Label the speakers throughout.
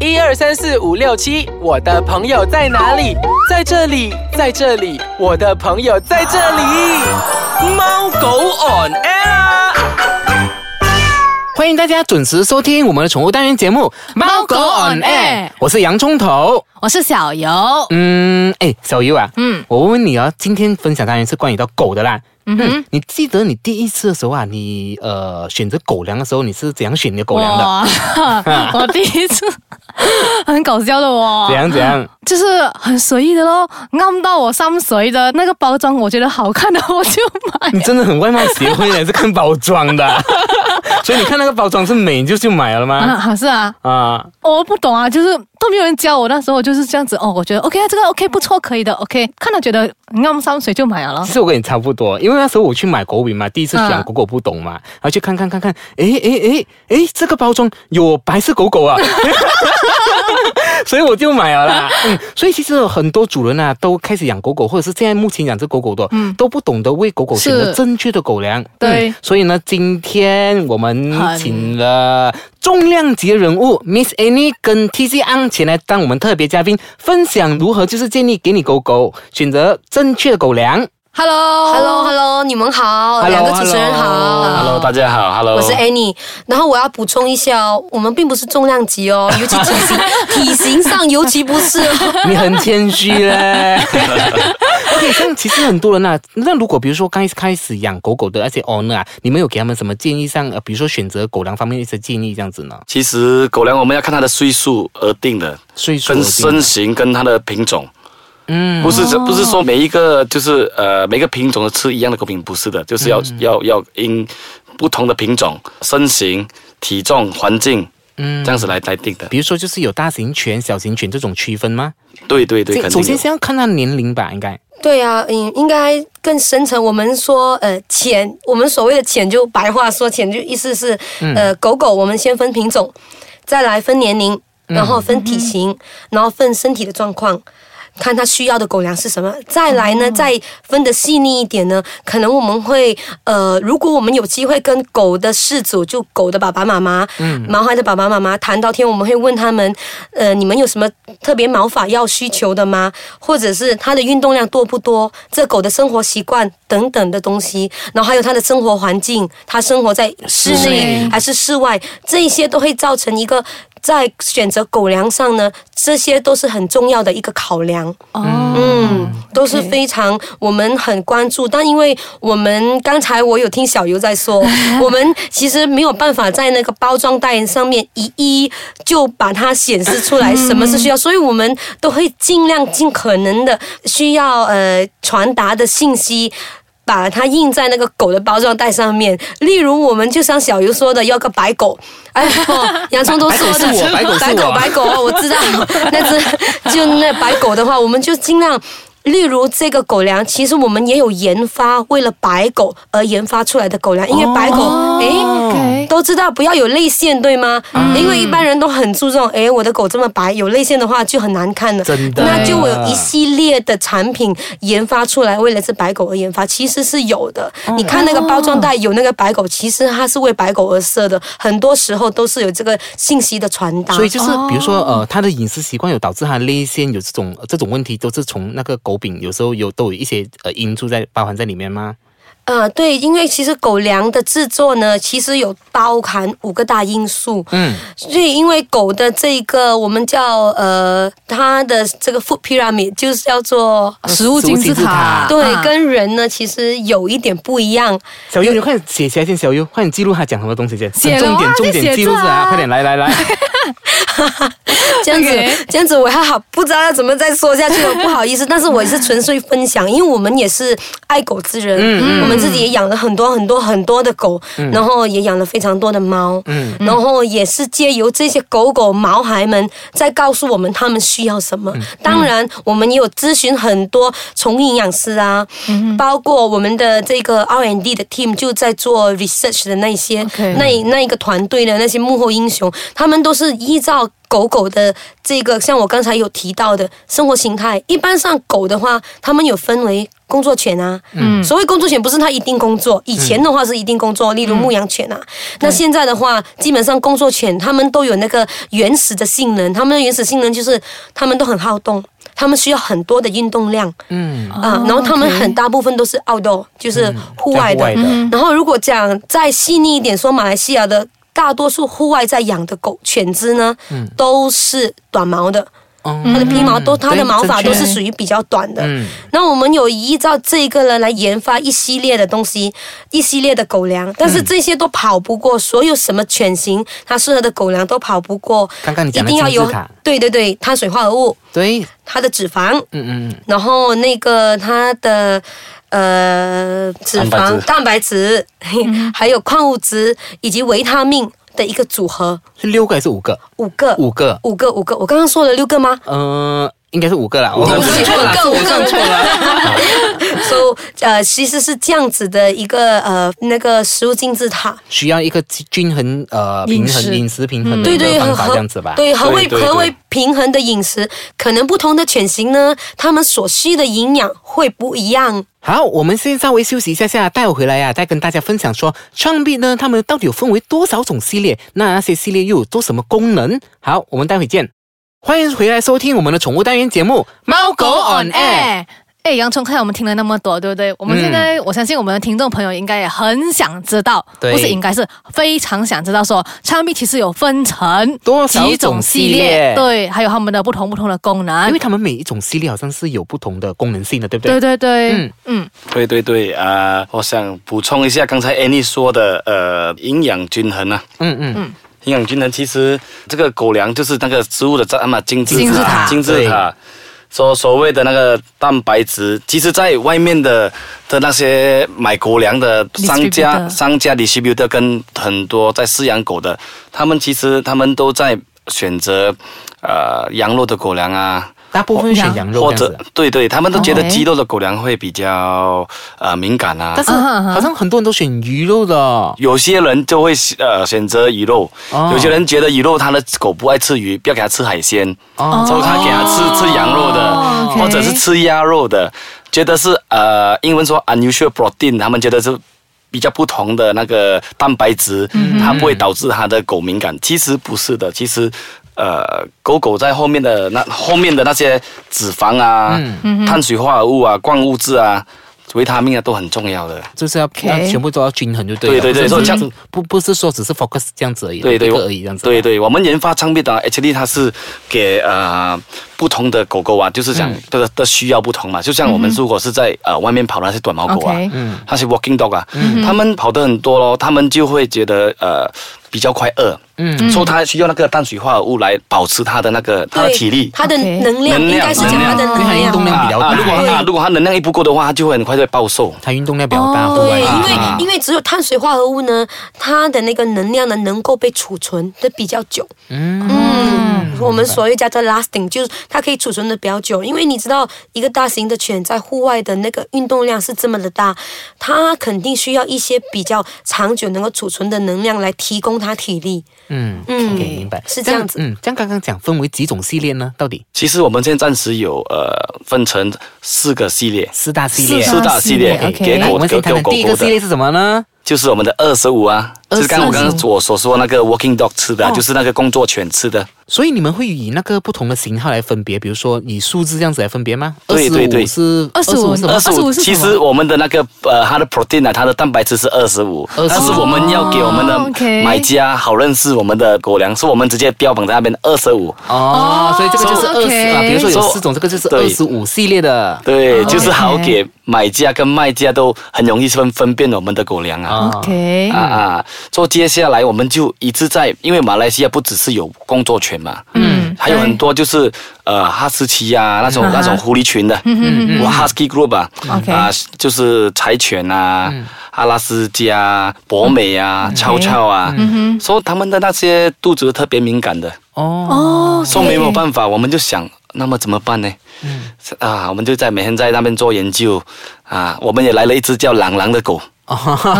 Speaker 1: 一二三四五六七，我的朋友在哪里？在这里，在这里，我的朋友在这里。猫狗 on air 啊。
Speaker 2: 欢迎大家准时收听我们的宠物单元节目《
Speaker 3: 猫狗 on air
Speaker 2: 我是洋葱头。
Speaker 3: 我是小游，
Speaker 2: 嗯，哎，小优啊，
Speaker 3: 嗯
Speaker 2: 我问问你啊，今天分享单元是关于到狗的啦。
Speaker 3: 嗯哼，
Speaker 2: 你记得你第一次的时候啊，你呃选择狗粮的时候，你是怎样选你的狗粮的？
Speaker 3: 哇我第一次很搞笑的哦
Speaker 2: 怎，样怎样？
Speaker 3: 就是很随意的咯，按到我上水的那个包装，我觉得好看的我就买。
Speaker 2: 你真的很外貌协 会的，是看包装的。 所以你看那个包装是美，你就去买了
Speaker 3: 啊，
Speaker 2: 吗？
Speaker 3: 好是啊，
Speaker 2: 啊，
Speaker 3: 我不懂啊，就是都没有人教我，那时候我就是这样子哦，我觉得 OK，啊这个 OK 不错，可以的，OK，看到觉得按上水就买了咯
Speaker 2: 其。实我跟你差不多，因为那时候我去买狗饼嘛，第一次选
Speaker 3: 嗯
Speaker 2: 狗狗不懂嘛，然后去看看看看，诶诶诶诶，这个包装有白色狗狗啊， 所以我就买了啦。嗯，所以其实有很多主人啊都开始养狗狗，或者是现在目前养只狗狗的，
Speaker 3: 嗯
Speaker 2: 都不懂得为狗狗选择
Speaker 3: 是
Speaker 2: 正确的狗粮。嗯
Speaker 3: 对
Speaker 2: 所以呢，今天我们
Speaker 3: 很
Speaker 2: 请了重量级的人物 Miss Annie 跟 T C Ang 前来当我们特别嘉宾，分享如何就是建议给你狗狗选择正确的狗粮。
Speaker 3: Hello，Hello，
Speaker 4: Hello，Hello，你们好
Speaker 2: Hello，
Speaker 4: 两个主持人好
Speaker 2: Hello，
Speaker 5: Hello，大家好，Hello，
Speaker 4: 我是 Annie。然后我要补充一下哦，我们并不是重量级哦，尤其体型体型上尤其不是哦。
Speaker 2: 你很谦虚嘞。OK，像其实很多人啊，那如果比如说刚开始养狗狗的那些 owner 啊，你们有给他们什么建议上？呃，比如说选择狗粮方面的一些建议这样子呢？
Speaker 5: 其实狗粮我们要看它的岁数而定的，
Speaker 2: 岁数
Speaker 5: 跟
Speaker 2: 而定
Speaker 5: 身形跟它的品种，
Speaker 2: 嗯
Speaker 5: 不是这不是说每一个就是呃每个品种的吃一样的狗品，不是的，就是要、
Speaker 2: 嗯
Speaker 5: 要要因不同的品种、身形、体重、环境
Speaker 2: 嗯
Speaker 5: 这样子来来定的。
Speaker 2: 比如说就是有大型犬、小型犬这种区分吗？
Speaker 5: 对对对，
Speaker 2: 这
Speaker 5: 肯
Speaker 2: 首
Speaker 5: 定
Speaker 2: 先
Speaker 5: 有
Speaker 2: 是要看它年龄吧，应该。
Speaker 4: 对啊，嗯，应该更深层。我们说呃浅，我们所谓的浅就白话说浅就意思是、呃狗狗，我们先分品种，再来分年龄，然后分体型，然后分身体的状况。看它需要的狗粮是什么，再来呢，再分的细腻一点呢，可能我们会，呃，如果我们有机会跟狗的饲主，就狗的爸爸妈妈，嗯，毛孩的爸爸妈妈谈到天，我们会问他们，呃，你们有什么特别毛发要需求的吗？或者是它的运动量多不多？这狗的生活习惯等等的东西，然后还有它的生活环境，它生活在室
Speaker 2: 室内
Speaker 4: 内还是室外，这一些都会造成一个在选择狗粮上呢，这些都是很重要的一个考量。
Speaker 3: 哦，
Speaker 4: 嗯，都是非常我们很关注，但因为我们刚才我有听小游在说，我们其实没有办法在那个包装袋上面一一就把它显示出来什么是需要，所以我们都会尽量尽可能的需要呃传达的信息。把它印在那个狗的包装袋上面，例如我们就像小游说的，要个白狗，哎，哦、洋葱都说的，
Speaker 2: 白狗是我白狗是我
Speaker 4: 白狗，白狗，啊我知 道，那只就那白狗的话，我们就尽量。例如这个狗粮，其实我们也有研发，为了白狗而研发出来的
Speaker 2: 哦
Speaker 4: 狗粮，因为白狗，诶。
Speaker 3: 哦
Speaker 2: 哎
Speaker 3: OK，
Speaker 4: 都知道不要有泪腺，对吗？
Speaker 2: 嗯
Speaker 4: 因为一般人都很注重，诶，我的狗这么白，有泪腺的话就很难看了。
Speaker 2: 真的
Speaker 4: 那就会有一系列的产品研发出来，为了这白狗而研发，其实是有的。
Speaker 2: 嗯
Speaker 4: 你看那个包装袋有那个白狗，其实它是为白狗而设的，很多时候都是有这个信息的传达。
Speaker 2: 所以就是比如说呃，它的饮食习惯有导致它泪腺有这种呃这种问题，都是从那个狗饼有时候有都有一些呃因素在包含在里面吗？
Speaker 4: 呃，对，因为其实狗粮的制作呢，其实有包含五个大因素。
Speaker 2: 嗯，
Speaker 4: 所以因为狗的这个我们叫呃，它的这个 food pyramid 就是叫做。
Speaker 3: 食物金字塔，
Speaker 4: 对，
Speaker 3: 啊
Speaker 4: 跟人呢其实有一点不一样。
Speaker 2: 小优，你快点写起来先，小优，快点记录他讲什么东西先。
Speaker 3: 写了
Speaker 2: 重点
Speaker 3: 啊
Speaker 2: 重
Speaker 3: 就
Speaker 2: 点
Speaker 3: 写
Speaker 2: 记录出来啊，
Speaker 3: 着啊
Speaker 2: 快点来来 来，
Speaker 4: 这样子
Speaker 3: OK
Speaker 4: 这样子我还好，不知道要怎么再说下去了，不好意思。但是我也是纯粹分享，因为我们也是爱狗之人，我们自己也养了很多很多很多的狗，然后也养了非常多的猫，
Speaker 2: 嗯
Speaker 4: 然后也是借由这些狗狗毛孩们在告诉我们他们需要什么。当然，我们也有咨询很多宠物营养师啊，包括我们的这个 R&D 的 team 就在做 research 的那些
Speaker 3: OK
Speaker 4: 那那一个团队的那些幕后英雄，他们都是依照狗狗的这个，像我刚才有提到的生活形态。一般上狗的话，他们有分为工作犬啊。
Speaker 3: 嗯
Speaker 4: 所谓工作犬不是它一定工作，以前的话是一定工作，例如牧羊犬啊。那现在的话，基本上工作犬它们都有那个原始的性能，它们的原始性能就是它们都很好动，它们需要很多的运动量
Speaker 2: 嗯，
Speaker 4: 啊、然后它们很大部分都是 outdoor，就是户外的。
Speaker 2: 在户外的
Speaker 3: 嗯
Speaker 4: 然后如果讲再细腻一点说，马来西亚的大多数户外在养的狗犬只呢，都是短毛的，
Speaker 2: 哦
Speaker 4: 它的皮毛都
Speaker 2: 嗯
Speaker 4: 它的毛发
Speaker 2: 对
Speaker 4: 都
Speaker 2: 正确
Speaker 4: 是属于比较短的。
Speaker 2: 嗯
Speaker 4: 那我们有依照这个呢来研发一系列的东西，一系列的狗粮，但
Speaker 2: 嗯
Speaker 4: 是这些都跑不过所有什么犬型，它适合的狗粮都跑不过。
Speaker 2: 刚刚你
Speaker 4: 一
Speaker 2: 讲的
Speaker 4: 定要
Speaker 2: 金
Speaker 4: 有
Speaker 2: 字塔，
Speaker 4: 对对对，碳水化合物，
Speaker 2: 对，
Speaker 4: 它的脂肪，
Speaker 2: 嗯嗯
Speaker 4: 然后那个它的呃脂
Speaker 5: 蛋白
Speaker 4: 肪
Speaker 5: 质、
Speaker 4: 蛋白质，嘿 还有矿物质以及维他命的一个组合，
Speaker 2: 是六个还是五个？
Speaker 4: 五个，
Speaker 2: 五个，
Speaker 4: 五个，五个，我刚刚说了六个吗？
Speaker 2: 呃，应该是五个啦，我
Speaker 5: 个
Speaker 2: 我算
Speaker 4: 五个
Speaker 2: 是我
Speaker 4: 五个
Speaker 2: 算错了。
Speaker 4: so 呃，其实是这样子的一个呃那个食物金字塔。
Speaker 2: 需要一个均均衡呃
Speaker 3: 饮
Speaker 2: 平衡
Speaker 3: 食嗯
Speaker 2: 饮食平衡的
Speaker 4: 对
Speaker 2: 一嗯
Speaker 4: 对，
Speaker 2: 个
Speaker 4: 和
Speaker 2: 方法这
Speaker 4: 和
Speaker 2: 样子吧。
Speaker 4: 对何
Speaker 5: 对
Speaker 4: 谓
Speaker 5: 对对
Speaker 4: 何谓平衡的饮食？可能不同的犬型呢，它们所需的营养会不一样。
Speaker 2: 好，我们先稍微休息一下下，待会回来呀、再跟大家分享说创币呢，他们到底有分为多少种系列，那那些系列又有做什么功能？好，我们待会见。欢迎回来收听我们的宠物单元节目《猫狗 on air》。。
Speaker 3: 哎，洋葱，看我们听了那么多，对不对？我们现在，我相信我们的听众朋友应该也很想知道，
Speaker 2: 嗯对
Speaker 3: 不是应该是非常想知道说，唱币其实有分成
Speaker 2: 多少种系列
Speaker 3: 对，还有他们的不同不同的功
Speaker 2: 因
Speaker 3: 能
Speaker 2: 为。他们每一种系列好像是有不同的功能性的，对不对？
Speaker 3: 对对对，
Speaker 2: 嗯
Speaker 3: 嗯
Speaker 5: 对对对啊、呃我想补充一下刚才 Annie 说的，呃，营养均衡啊。
Speaker 2: 嗯嗯
Speaker 5: 营养均衡其实这个狗粮就是那个植物的啊蛋嘛，金字塔，
Speaker 3: 金字塔
Speaker 5: 金字塔所所谓的那个蛋白质，其实在外面的的那些买狗粮的商家、
Speaker 3: Distributor
Speaker 5: 商家 distributor 跟很多在饲养狗的，他们其实他们都在选择呃羊肉的狗粮啊，
Speaker 2: 大部分
Speaker 3: 嗯
Speaker 2: 选羊肉
Speaker 5: 或
Speaker 2: 这样
Speaker 5: 者
Speaker 2: 子。啊
Speaker 5: 对对，他们都觉得
Speaker 3: OK
Speaker 5: 鸡肉的狗粮会比较呃敏感啊。
Speaker 2: 但是
Speaker 3: 啊哈啊哈
Speaker 2: 好像很多人都选鱼肉的，
Speaker 5: 有些人就会呃选择鱼肉，
Speaker 2: 哦
Speaker 5: 有些人觉得鱼肉他的狗不爱吃鱼，不要给它吃海鲜，
Speaker 2: 哦
Speaker 5: 所以他给它吃吃羊肉的，
Speaker 3: OK
Speaker 5: 或者是吃鸭肉的，觉得是呃英文说 unusual protein，他们觉得是。比较不同的那个蛋白质，
Speaker 2: 嗯
Speaker 5: 它不会导致它的狗敏感。其实不是的，其实，呃，狗狗在后面的那后面的那些脂肪啊、
Speaker 2: 嗯
Speaker 5: 碳水化合物啊、矿物质啊、维他命啊都很重要的。
Speaker 2: 就是要要全部都要均衡就对了。
Speaker 5: 对对对
Speaker 2: 不是
Speaker 5: 这样
Speaker 2: 只不不是说只是 focus 这样子而已，
Speaker 5: 对对，
Speaker 2: 一
Speaker 5: 我
Speaker 2: 个而已这样子。啊
Speaker 5: 对对，我们研发唱片的 HD 它是给呃不同的狗狗啊，就是讲
Speaker 2: 嗯
Speaker 5: 的的需要不同嘛。就像我们如果是在呃外面跑的那些短毛狗啊
Speaker 3: OK，
Speaker 5: 那些 walking dog 啊，
Speaker 2: 嗯
Speaker 5: 他们跑得很多咯，他们就会觉得呃比较快饿，嗯，所以它需要那个碳水化合物来保持它的那个它的
Speaker 4: 对
Speaker 5: 体力。
Speaker 4: 它的
Speaker 3: OK
Speaker 4: 能量
Speaker 5: 能量
Speaker 4: 应该是讲它的
Speaker 2: 因为它
Speaker 4: 能
Speaker 2: 运动
Speaker 4: 量。
Speaker 2: 量比较大，
Speaker 5: 啊，如果啊如果它能量一不够的话，它就会很快就会暴瘦。
Speaker 2: 它运动量比较大，
Speaker 3: 哦
Speaker 2: 户外
Speaker 4: 对，
Speaker 2: 运动
Speaker 4: 因为
Speaker 2: 啊
Speaker 4: 因为只有碳水化合物呢，它的那个能量呢能够被储存的比较久。嗯，我们所谓叫做 lasting，就是它可以储存的比较久。因为你知道，一个大型的犬在户外的那个运动量是这么的大，它肯定需要一些比较长久能够储存的能量来提供它体力。
Speaker 2: 嗯
Speaker 4: 嗯
Speaker 2: ，OK，明白，
Speaker 4: 是这样子
Speaker 2: 嗯，这样刚刚讲分为几种系列呢？到底
Speaker 5: 其实我们现在暂时有呃分成四个系列，
Speaker 2: 四大系列
Speaker 3: 四
Speaker 5: 四大系列
Speaker 3: 四大系列
Speaker 5: 给
Speaker 3: OK
Speaker 2: 来，
Speaker 5: 狗
Speaker 2: 我们
Speaker 5: 给
Speaker 2: 先
Speaker 5: 狗
Speaker 2: 谈谈
Speaker 5: 狗
Speaker 2: 第一个
Speaker 5: 狗
Speaker 2: 系
Speaker 5: 的
Speaker 2: 列。是什么呢？
Speaker 5: 就是我们的二十五啊，就是刚刚我刚刚我所说那个 working dog 吃的啊、
Speaker 3: 哦
Speaker 5: 就是那个工作犬吃的。
Speaker 2: 所以你们会以那个不同的型号来分别，比如说以数字这样子来分别吗？
Speaker 5: 对对对
Speaker 2: 25是
Speaker 3: 25
Speaker 2: 什
Speaker 3: 哦
Speaker 2: 么？
Speaker 3: 25是什么
Speaker 5: 其实我们的那个呃，它的 protein 啊，它的蛋白质是二十五，
Speaker 2: 25
Speaker 5: 但是我们要给我们
Speaker 3: 哦
Speaker 5: 的
Speaker 3: ，OK
Speaker 5: 买家好认识我们的狗粮，是我们直接标榜在那边二十五。
Speaker 2: 哦，所以这个就是
Speaker 3: 哦
Speaker 2: 二十啊，
Speaker 3: ，OK
Speaker 2: 比如说有
Speaker 5: So-
Speaker 2: 四种，这个就是二
Speaker 5: 对
Speaker 2: 十五系列的。
Speaker 5: 对，
Speaker 3: 哦
Speaker 5: 就是好
Speaker 3: OK
Speaker 5: 给买家跟卖家都很容易分分辨我们的狗粮啊。
Speaker 2: 啊
Speaker 3: OK，
Speaker 5: 啊啊！所以接下来我们就一直在，因为马来西亚不只是有工作犬嘛，
Speaker 3: 嗯
Speaker 5: 还有
Speaker 3: 对
Speaker 5: 很多就是呃哈士奇呀、那种、
Speaker 3: 嗯
Speaker 5: 那种狐狸群的，嗯嗯，Husky Group 啊，
Speaker 3: OK
Speaker 5: 啊就是柴犬啊、阿拉斯加、博美啊、超超啊，嗯哼，所以他们的那些肚子特别敏感的，
Speaker 2: 哦，
Speaker 3: 哦，
Speaker 5: 所以没有办法，我们就想，那么怎么办呢？嗯啊，我们就在每天在那边做研究啊，我们也来了一只叫朗朗的狗。
Speaker 2: 然后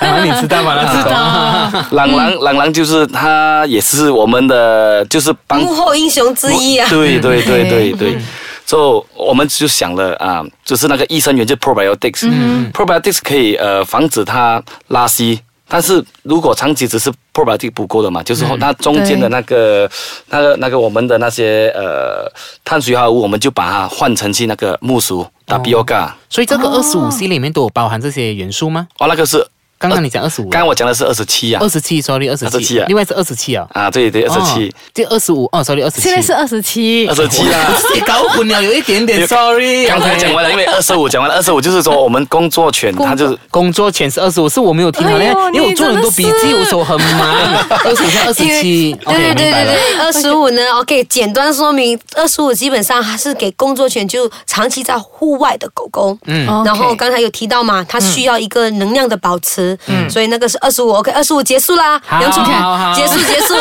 Speaker 2: 哎你知道吗？那知道。
Speaker 5: 朗朗，
Speaker 4: 嗯
Speaker 5: 朗朗就是他，也是我们的，就是帮
Speaker 4: 幕后英雄之一啊！
Speaker 5: 嗯对对对
Speaker 3: 嗯
Speaker 5: 对对。所以我们就想了啊、就是那个益生元就 probiotics，probiotics、probiotics 可以呃防止它拉稀。但是如果长期只是 probiotic 不够的嘛，就是说那中间的那个、那个、那个我们的那些呃碳水化合物，我们就把它换成去那个木薯 w o g a
Speaker 2: 所以这个二十五 C 里面都有包含这些元素吗？
Speaker 5: 哦，那个是
Speaker 2: 刚刚你讲二十五，啊
Speaker 5: 刚刚我讲的是二十七啊
Speaker 2: 二，十七，sorry，二十七
Speaker 5: 27啊，
Speaker 2: 另外是二十七啊，
Speaker 5: 啊对对二十七
Speaker 2: 哦，，这二十五，哦，sorry，二十七，
Speaker 3: 现在是二十七
Speaker 5: 二，十七啊。
Speaker 2: 自己搞混了，有一点点 sorry。
Speaker 5: 刚才讲完了，因为二十五讲完了，二十五就是说我们工作犬，它就是
Speaker 2: 工作前是二十五，是我没有听好嘞
Speaker 3: 哎呦，
Speaker 2: 因为我做了很多
Speaker 3: 你
Speaker 2: 笔
Speaker 3: 真的是
Speaker 2: 记，我手很忙。二十五是二十七，
Speaker 4: 对对对对对，二十五呢？OK，简单说明，二十五基本上它是给工作犬，就长期在户外的狗狗。嗯，
Speaker 3: 哦 OK
Speaker 4: 然后刚才有提到嘛，它需要一个能量的保持，嗯，所以那个是二十五。OK，二十五结束啦，
Speaker 2: 好
Speaker 4: 梁总
Speaker 2: 好好，
Speaker 4: 结束结 束。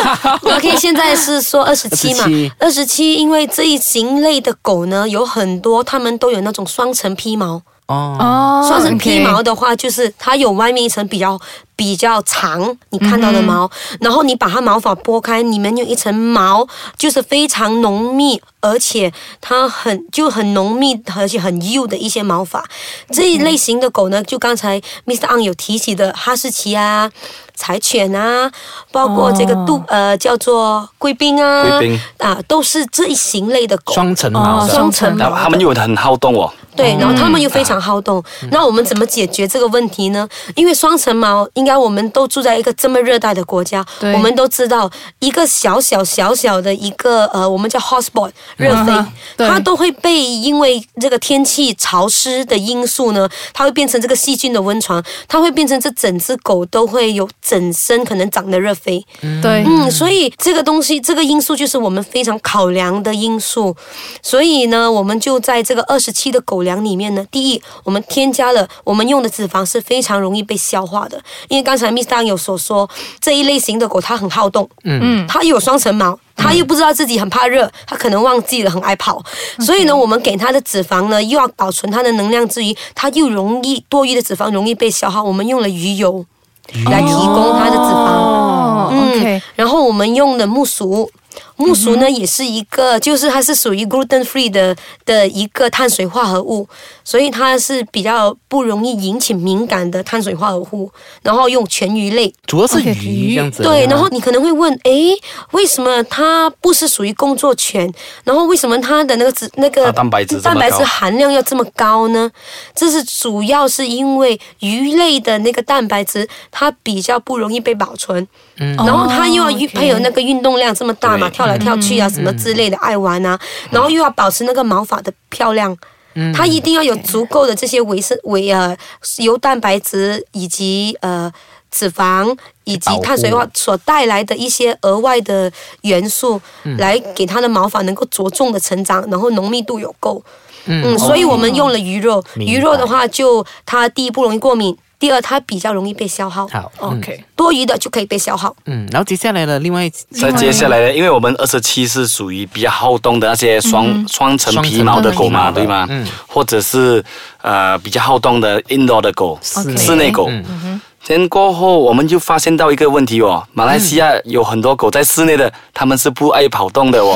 Speaker 4: OK，现在是说二十七嘛，二十七，因为这一型类的狗呢，有很多它们都有那种双层披毛。
Speaker 2: 哦，
Speaker 3: 哦
Speaker 4: 双层披毛
Speaker 3: OK
Speaker 4: 的话，就是它有外面一层比较比较长，你看到的毛，
Speaker 3: 嗯
Speaker 4: 然后你把它毛发拨开，里面有一层毛，就是非常浓密，而且它很就很浓密，而且很幼的一些毛发。这一类型的狗呢，就刚才 Mr. Ang 有提起的哈士奇啊。柴犬啊，包括这个杜、
Speaker 3: 哦
Speaker 4: 呃叫做贵宾啊，
Speaker 5: 贵宾
Speaker 4: 啊都是这一型类的狗，
Speaker 2: 双层毛
Speaker 3: 哦
Speaker 2: 的，
Speaker 4: 双层毛
Speaker 5: 那
Speaker 4: 的。
Speaker 5: 他们又很好动哦，
Speaker 4: 对，然后他们又非常好动。那我们怎么解决这个问题呢？因为双层毛，应该我们都住在一个这么热带的国家，
Speaker 3: 对
Speaker 4: 我们都知道一个小小小小的一个呃，我们叫 hotspot 热
Speaker 3: 嗯
Speaker 4: 飞
Speaker 3: 哼，对
Speaker 4: 它都会被因为这个天气潮湿的因素呢，它会变成这个细菌的温床，它会变成这整只狗都会有整身可能长的热飞。
Speaker 3: 对，
Speaker 4: 嗯，所以这个东西，这个因素就是我们非常考量的因素。所以呢，我们就在这个二十七的狗粮里面呢，第一，我们添加了我们用的脂肪是非常容易被消化的，因为刚才 Miss 当有所说，这一类型的狗它很好动，
Speaker 2: 嗯
Speaker 4: 它又有双层毛。它又不知道自己很怕热，它可能忘记了很爱跑，所以呢，我们给它的脂肪呢，又要保存它的能量之余，它又容易多余的脂肪容易被消耗。我们用了鱼油来提供它的脂肪。
Speaker 3: 哦，OK，
Speaker 2: 嗯
Speaker 4: 嗯
Speaker 3: 嗯
Speaker 4: 然后我们用的木薯，木薯呢、也是一个，就是它是属于 gluten free 的的一个碳水化合物，所以它是比较不容易引起敏感的碳水化合物。然后用全鱼类，
Speaker 2: 主要是
Speaker 3: OK，
Speaker 2: 鱼这样
Speaker 5: 啊
Speaker 2: 子。啊
Speaker 4: 对，然后你可能会问，诶，为什么它不是属于工作犬？然后为什么它的那个脂那
Speaker 5: 它
Speaker 4: 个
Speaker 5: 蛋白质这么高
Speaker 4: 蛋白质含量要这么高呢？这是主要是因为鱼类的那个蛋白质它比较不容易被保存，然后它又要运配有那个运动量这么大嘛，
Speaker 5: 嗯对嗯
Speaker 4: 跳来跳去啊什么之类的，爱玩啊，然后又要保持那个毛发的漂亮。
Speaker 2: 嗯
Speaker 4: 它一定要有足够的这些维生维呃由蛋白质以及呃脂肪以及
Speaker 2: 保护
Speaker 4: 碳水化所带来的一些额外的元素，
Speaker 2: 嗯
Speaker 4: 来给它的毛发能够着重的成长，然后浓密度有够。嗯，所以我们用了鱼肉，
Speaker 2: 明白
Speaker 4: 鱼肉的话就它第一不容易过敏，第二它比较容易被消耗，
Speaker 2: 好嗯
Speaker 3: ，OK，
Speaker 4: 多余的就可以被消耗。
Speaker 2: 嗯，然后接下来的另外
Speaker 5: 再接下来呢，因为我们二十七是属于比较好动的那些双、双层皮毛的狗
Speaker 2: 嗯
Speaker 5: 嘛，
Speaker 2: 双层皮毛的
Speaker 5: 对吗？
Speaker 2: 嗯
Speaker 5: 或者是呃比较好动的 indoor 的狗，
Speaker 2: 室
Speaker 3: 内
Speaker 5: 室内狗。
Speaker 2: 嗯
Speaker 5: 先过后，我们就发现到一个问题哦，马来西亚有很多狗在室内的，它们是不爱跑动的哦。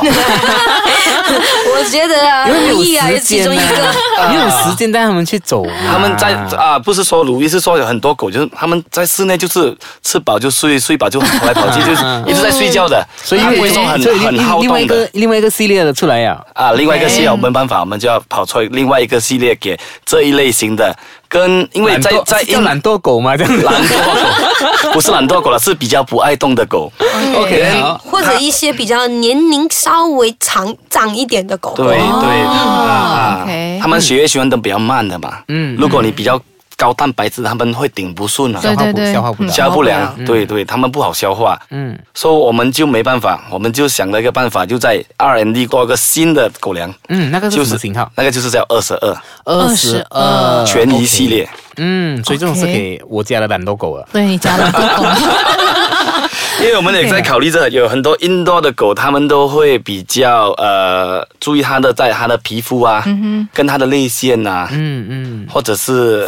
Speaker 4: 我觉得啊，
Speaker 2: 因为没
Speaker 4: 如
Speaker 2: 有
Speaker 4: 意啊，
Speaker 2: 时
Speaker 4: 也是其
Speaker 2: 间
Speaker 4: 中一
Speaker 2: 啊
Speaker 4: 个。，
Speaker 2: 没有时间带他们去走嘛，
Speaker 5: 他们在啊，不是说鲁豫，是说有很多狗，就是他们在室内就是吃饱就睡，睡饱就 跑来跑去，就是一直在睡觉的。
Speaker 2: 啊所以
Speaker 5: 它不会说很
Speaker 2: 所以
Speaker 5: 很
Speaker 2: 另
Speaker 5: 好
Speaker 2: 另外一
Speaker 5: 动的
Speaker 2: 个。哎另外一个系列的出来呀。
Speaker 5: 啊，另外一个系列我们办法，我们就要跑出另外一个系列给这一类型的，跟因为在
Speaker 2: 懒惰
Speaker 5: 在
Speaker 2: 是叫
Speaker 5: 英
Speaker 2: 懒惰狗嘛，这样子。
Speaker 5: 懒惰 狗，不是懒惰狗了，是比较不爱动的狗。
Speaker 2: OK，好，
Speaker 4: 嗯或者一些比较年龄稍微长长一点的狗
Speaker 2: 哦
Speaker 4: 狗
Speaker 5: 对，对啊
Speaker 3: OK
Speaker 5: 他们血液循环都比较慢的嘛。
Speaker 2: 嗯
Speaker 5: 嗯，如果你比较高蛋白质，他们会顶不顺啊，
Speaker 3: 对对对，
Speaker 2: 消化不了
Speaker 3: 嗯
Speaker 5: 消不良。对对，他们不好消化。
Speaker 2: 嗯，
Speaker 5: 所以我们就没办法，我们就想了一个办法，就在 R&D 做一个新的狗粮，
Speaker 2: 嗯，那个是
Speaker 5: 就
Speaker 2: 什
Speaker 5: 是
Speaker 2: 么型号？呃
Speaker 5: 那个就是叫二十二
Speaker 2: 二十二
Speaker 5: 全鱼系。列。
Speaker 2: 嗯，所以这种是
Speaker 3: OK
Speaker 2: 啊 给我家的懒惰狗了。
Speaker 3: 对你家的狗狗，
Speaker 5: 因为我们也在考虑这，有很多 indoor 的狗，它们都会比较呃注意它的在它的皮肤啊，跟它的泪腺呐、
Speaker 2: 嗯嗯，
Speaker 5: 或者 是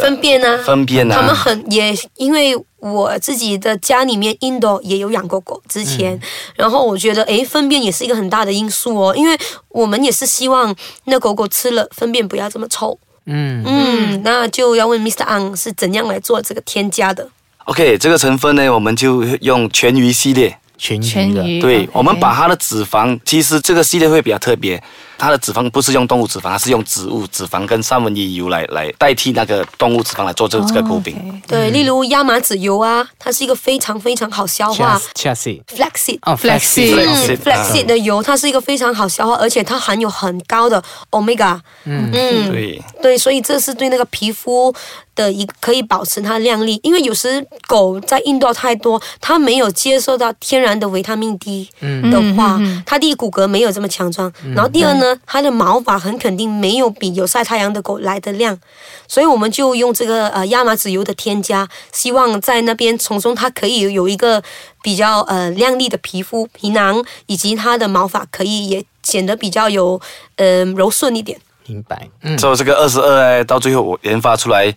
Speaker 4: 分辨啊，
Speaker 5: 分辨啊
Speaker 4: 他们很也因为我自己的家里面 indoor 也有养过狗，之
Speaker 5: 嗯
Speaker 4: 前，然后我觉得诶，粪便也是一个很大的因素哦，因为我们也是希望那狗狗吃了粪便不要这么臭。
Speaker 2: 嗯
Speaker 4: 嗯，那就要问 Mr. Ang 是怎样来做这个添加的。
Speaker 5: OK，这个成分呢，我们就用全鱼系列。
Speaker 2: 全
Speaker 3: 全
Speaker 2: 鱼的，
Speaker 3: 鱼
Speaker 5: 对
Speaker 3: OK
Speaker 5: 我们把它的脂肪，其实这个系列会比较特别，它的脂肪不是用动物脂肪，它是用植物脂肪跟三文鱼油来来代替那个动物脂肪来做这个这个口饼。
Speaker 3: 哦
Speaker 4: 对，例如亚麻籽油啊，它是一个非常非常好消化。
Speaker 2: ，chassis，
Speaker 4: flaxseed
Speaker 2: 哦
Speaker 3: Flaxseed
Speaker 5: 对
Speaker 4: 嗯
Speaker 5: Flaxseed
Speaker 4: ，flaxseed 的油它是一个非常好消化，而且它含有很高的 omega。嗯
Speaker 5: 对，
Speaker 4: 对，所以这是对那个皮肤的一可以保持它亮丽，因为有时狗在运动太多，它没有接受到天然的维他命 D 的话，它第一骨骼没有这么强壮，然后第二呢，它的毛发很肯定没有比有晒太阳的狗来的亮，所以我们就用这个呃亚麻籽油的添加，希望在那边从中它可以有一个比较呃亮丽的皮肤皮囊，以及它的毛发可以也显得比较有嗯、柔顺一点。
Speaker 2: 明白，嗯，
Speaker 5: 所以这个二十二呢，到最后我研发出来，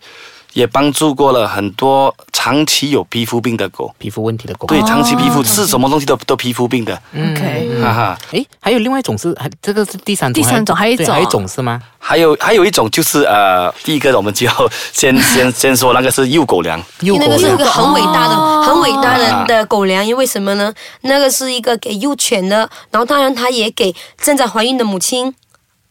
Speaker 5: 也帮助过了很多长期有皮肤病的狗。
Speaker 2: 皮肤问题的狗，
Speaker 5: 对，长期皮肤是什么东西都都皮肤病的，
Speaker 3: 嗯 OK，
Speaker 5: 哈哈。
Speaker 2: 诶，还有另外一种是，还这个是第三种，
Speaker 3: 第三种还有一
Speaker 2: 对
Speaker 3: 种
Speaker 2: 还有一种是吗？
Speaker 5: 还有还有一种就是呃，第一个我们就要先 先先说那个是幼狗粮，
Speaker 2: 幼
Speaker 4: 那个
Speaker 2: 狗
Speaker 4: 是一
Speaker 2: 的
Speaker 4: 个很伟大的、
Speaker 3: 哦
Speaker 4: 很伟大
Speaker 5: 啊
Speaker 4: 的的狗粮，因为什么呢？那个是一个给幼犬的，然后当然它也给正在怀孕的母亲、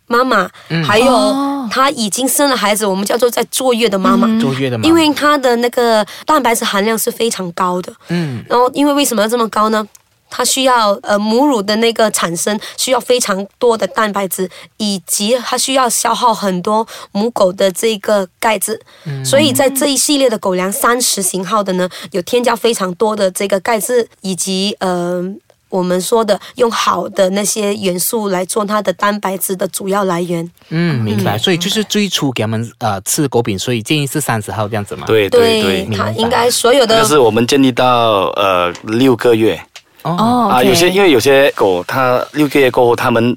Speaker 4: 妈妈，
Speaker 5: 嗯
Speaker 4: 还有
Speaker 3: 哦
Speaker 4: 她已经生了孩子，我们叫做在坐月的妈妈。
Speaker 5: 嗯
Speaker 2: 坐月的嘛，
Speaker 4: 嗯因为它的那个蛋白质含量是非常高的，
Speaker 2: 嗯
Speaker 4: 然后因为为什么要这么高呢？它需要呃母乳的那个产生需要非常多的蛋白质，以及它需要消耗很多母狗的这个钙质，所以在这一系列的狗粮三十型号的呢，有添加非常多的这个钙质以及呃。我们说的用好的那些元素来做它的蛋白质的主要来源，
Speaker 2: 嗯，明白。所以就是最初给他们呃吃狗饼，所以建议是三十号这样子嘛。，
Speaker 5: 对对对，
Speaker 4: 它
Speaker 2: 明白
Speaker 4: 应该所有的
Speaker 5: 但是我们建立到呃六个月。
Speaker 2: 哦，
Speaker 3: 哦
Speaker 5: 啊，有些因
Speaker 3: 为
Speaker 5: 为有些狗它六个月过后，它们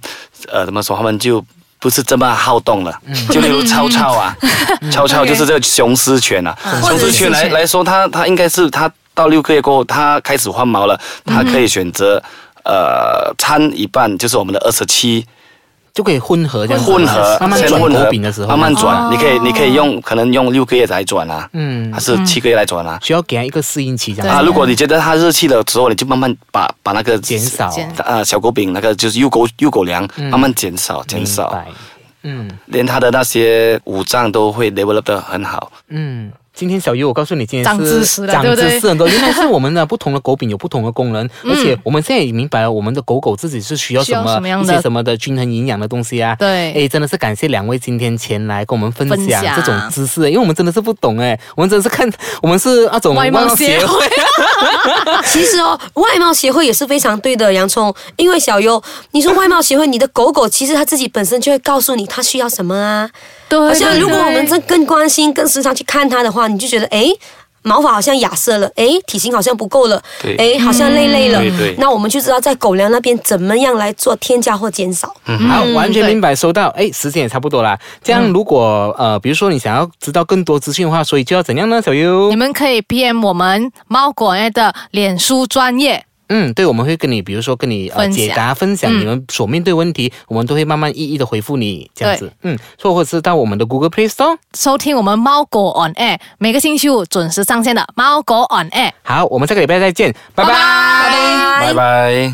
Speaker 5: 呃怎么说，它们就不是这么好动了，
Speaker 2: 嗯
Speaker 5: 就例如超 超啊，超超就是这个雄狮犬啊，雄狮犬来来说，它它应该是它到六个月过后，它开始换毛了，
Speaker 2: 嗯
Speaker 5: 它可以选择。呃，掺一半就是我们的二十七
Speaker 2: 就可以混合这样子嘛
Speaker 5: 混合，
Speaker 2: 嗯慢慢
Speaker 5: 先
Speaker 2: 转
Speaker 5: 混合
Speaker 2: 狗饼的时候，
Speaker 5: 慢慢转，你可以你可以用可能用六个月来转啊，
Speaker 2: 嗯
Speaker 5: 还是七个月来转啊。
Speaker 2: 需要给他一个适应期这样
Speaker 5: 啊，
Speaker 2: 子。
Speaker 5: 如果你觉得它热气的时候，你就慢慢把把那个
Speaker 2: 减少
Speaker 3: 减
Speaker 5: 啊，小狗饼那个就是幼狗幼狗粮，慢慢减少减
Speaker 2: 嗯明
Speaker 5: 少，
Speaker 2: 白。嗯
Speaker 5: 连它的那些五脏都会 develop 得很好。
Speaker 2: 嗯。今天小鱼，我告诉你，今天
Speaker 3: 长
Speaker 2: 是
Speaker 3: 知识了
Speaker 2: 长
Speaker 3: 对不对
Speaker 2: 知识 很多。原来是我们的不同的狗饼有不同的功能，而且我们现在也明白了，我们的狗狗自己是需要
Speaker 3: 需
Speaker 2: 什
Speaker 3: 要
Speaker 2: 么
Speaker 3: 什么样
Speaker 2: 一
Speaker 3: 的
Speaker 2: 些什么的均衡营养的东西啊。
Speaker 3: 对
Speaker 2: 哎，真的是感谢两位今天前来跟我们分
Speaker 3: 分
Speaker 2: 享
Speaker 3: 享
Speaker 2: 这种知识，因为我们真的是不懂哎，我们真的是看我们是那种
Speaker 3: 外貌
Speaker 2: 协
Speaker 3: 协会
Speaker 4: 其实哦，外貌协会也是非常对的，洋葱。因为小优，你说外貌协会，你的狗狗其实它自己本身就会告诉你它需要什么啊。
Speaker 3: 对，
Speaker 4: 好像
Speaker 3: 对
Speaker 4: 如果我们
Speaker 3: 对
Speaker 4: 真更关心、更时常去看它的话，你就觉得诶，毛发好像亚色了，诶，体型好像不够了
Speaker 5: 对，嗯
Speaker 4: 诶，好像累累了
Speaker 5: 对对，
Speaker 4: 那我们就知道在狗粮那边怎么样来做添加或减少。
Speaker 5: 嗯
Speaker 2: 好，完全
Speaker 3: 嗯对嗯
Speaker 2: 明白，收到。哎，时间也差不多啦。这样，如果、呃，比如说你想要知道更多资讯的话，所以就要怎样呢？小优
Speaker 3: 你，们可以 PM 我们猫果爱的脸书专业，
Speaker 2: 嗯，对，我们会跟你，比如说跟你呃
Speaker 3: 分享嗯
Speaker 2: 解答分享你们所面对问题，我们都会慢慢一一的回复你，这样子。嗯，或或者是到我们的 Google Play Store。
Speaker 3: 收听我们猫果 on air，每个星期五准时上线的猫果 on air。
Speaker 2: 好，我们下个礼拜再见，拜拜
Speaker 5: 拜拜。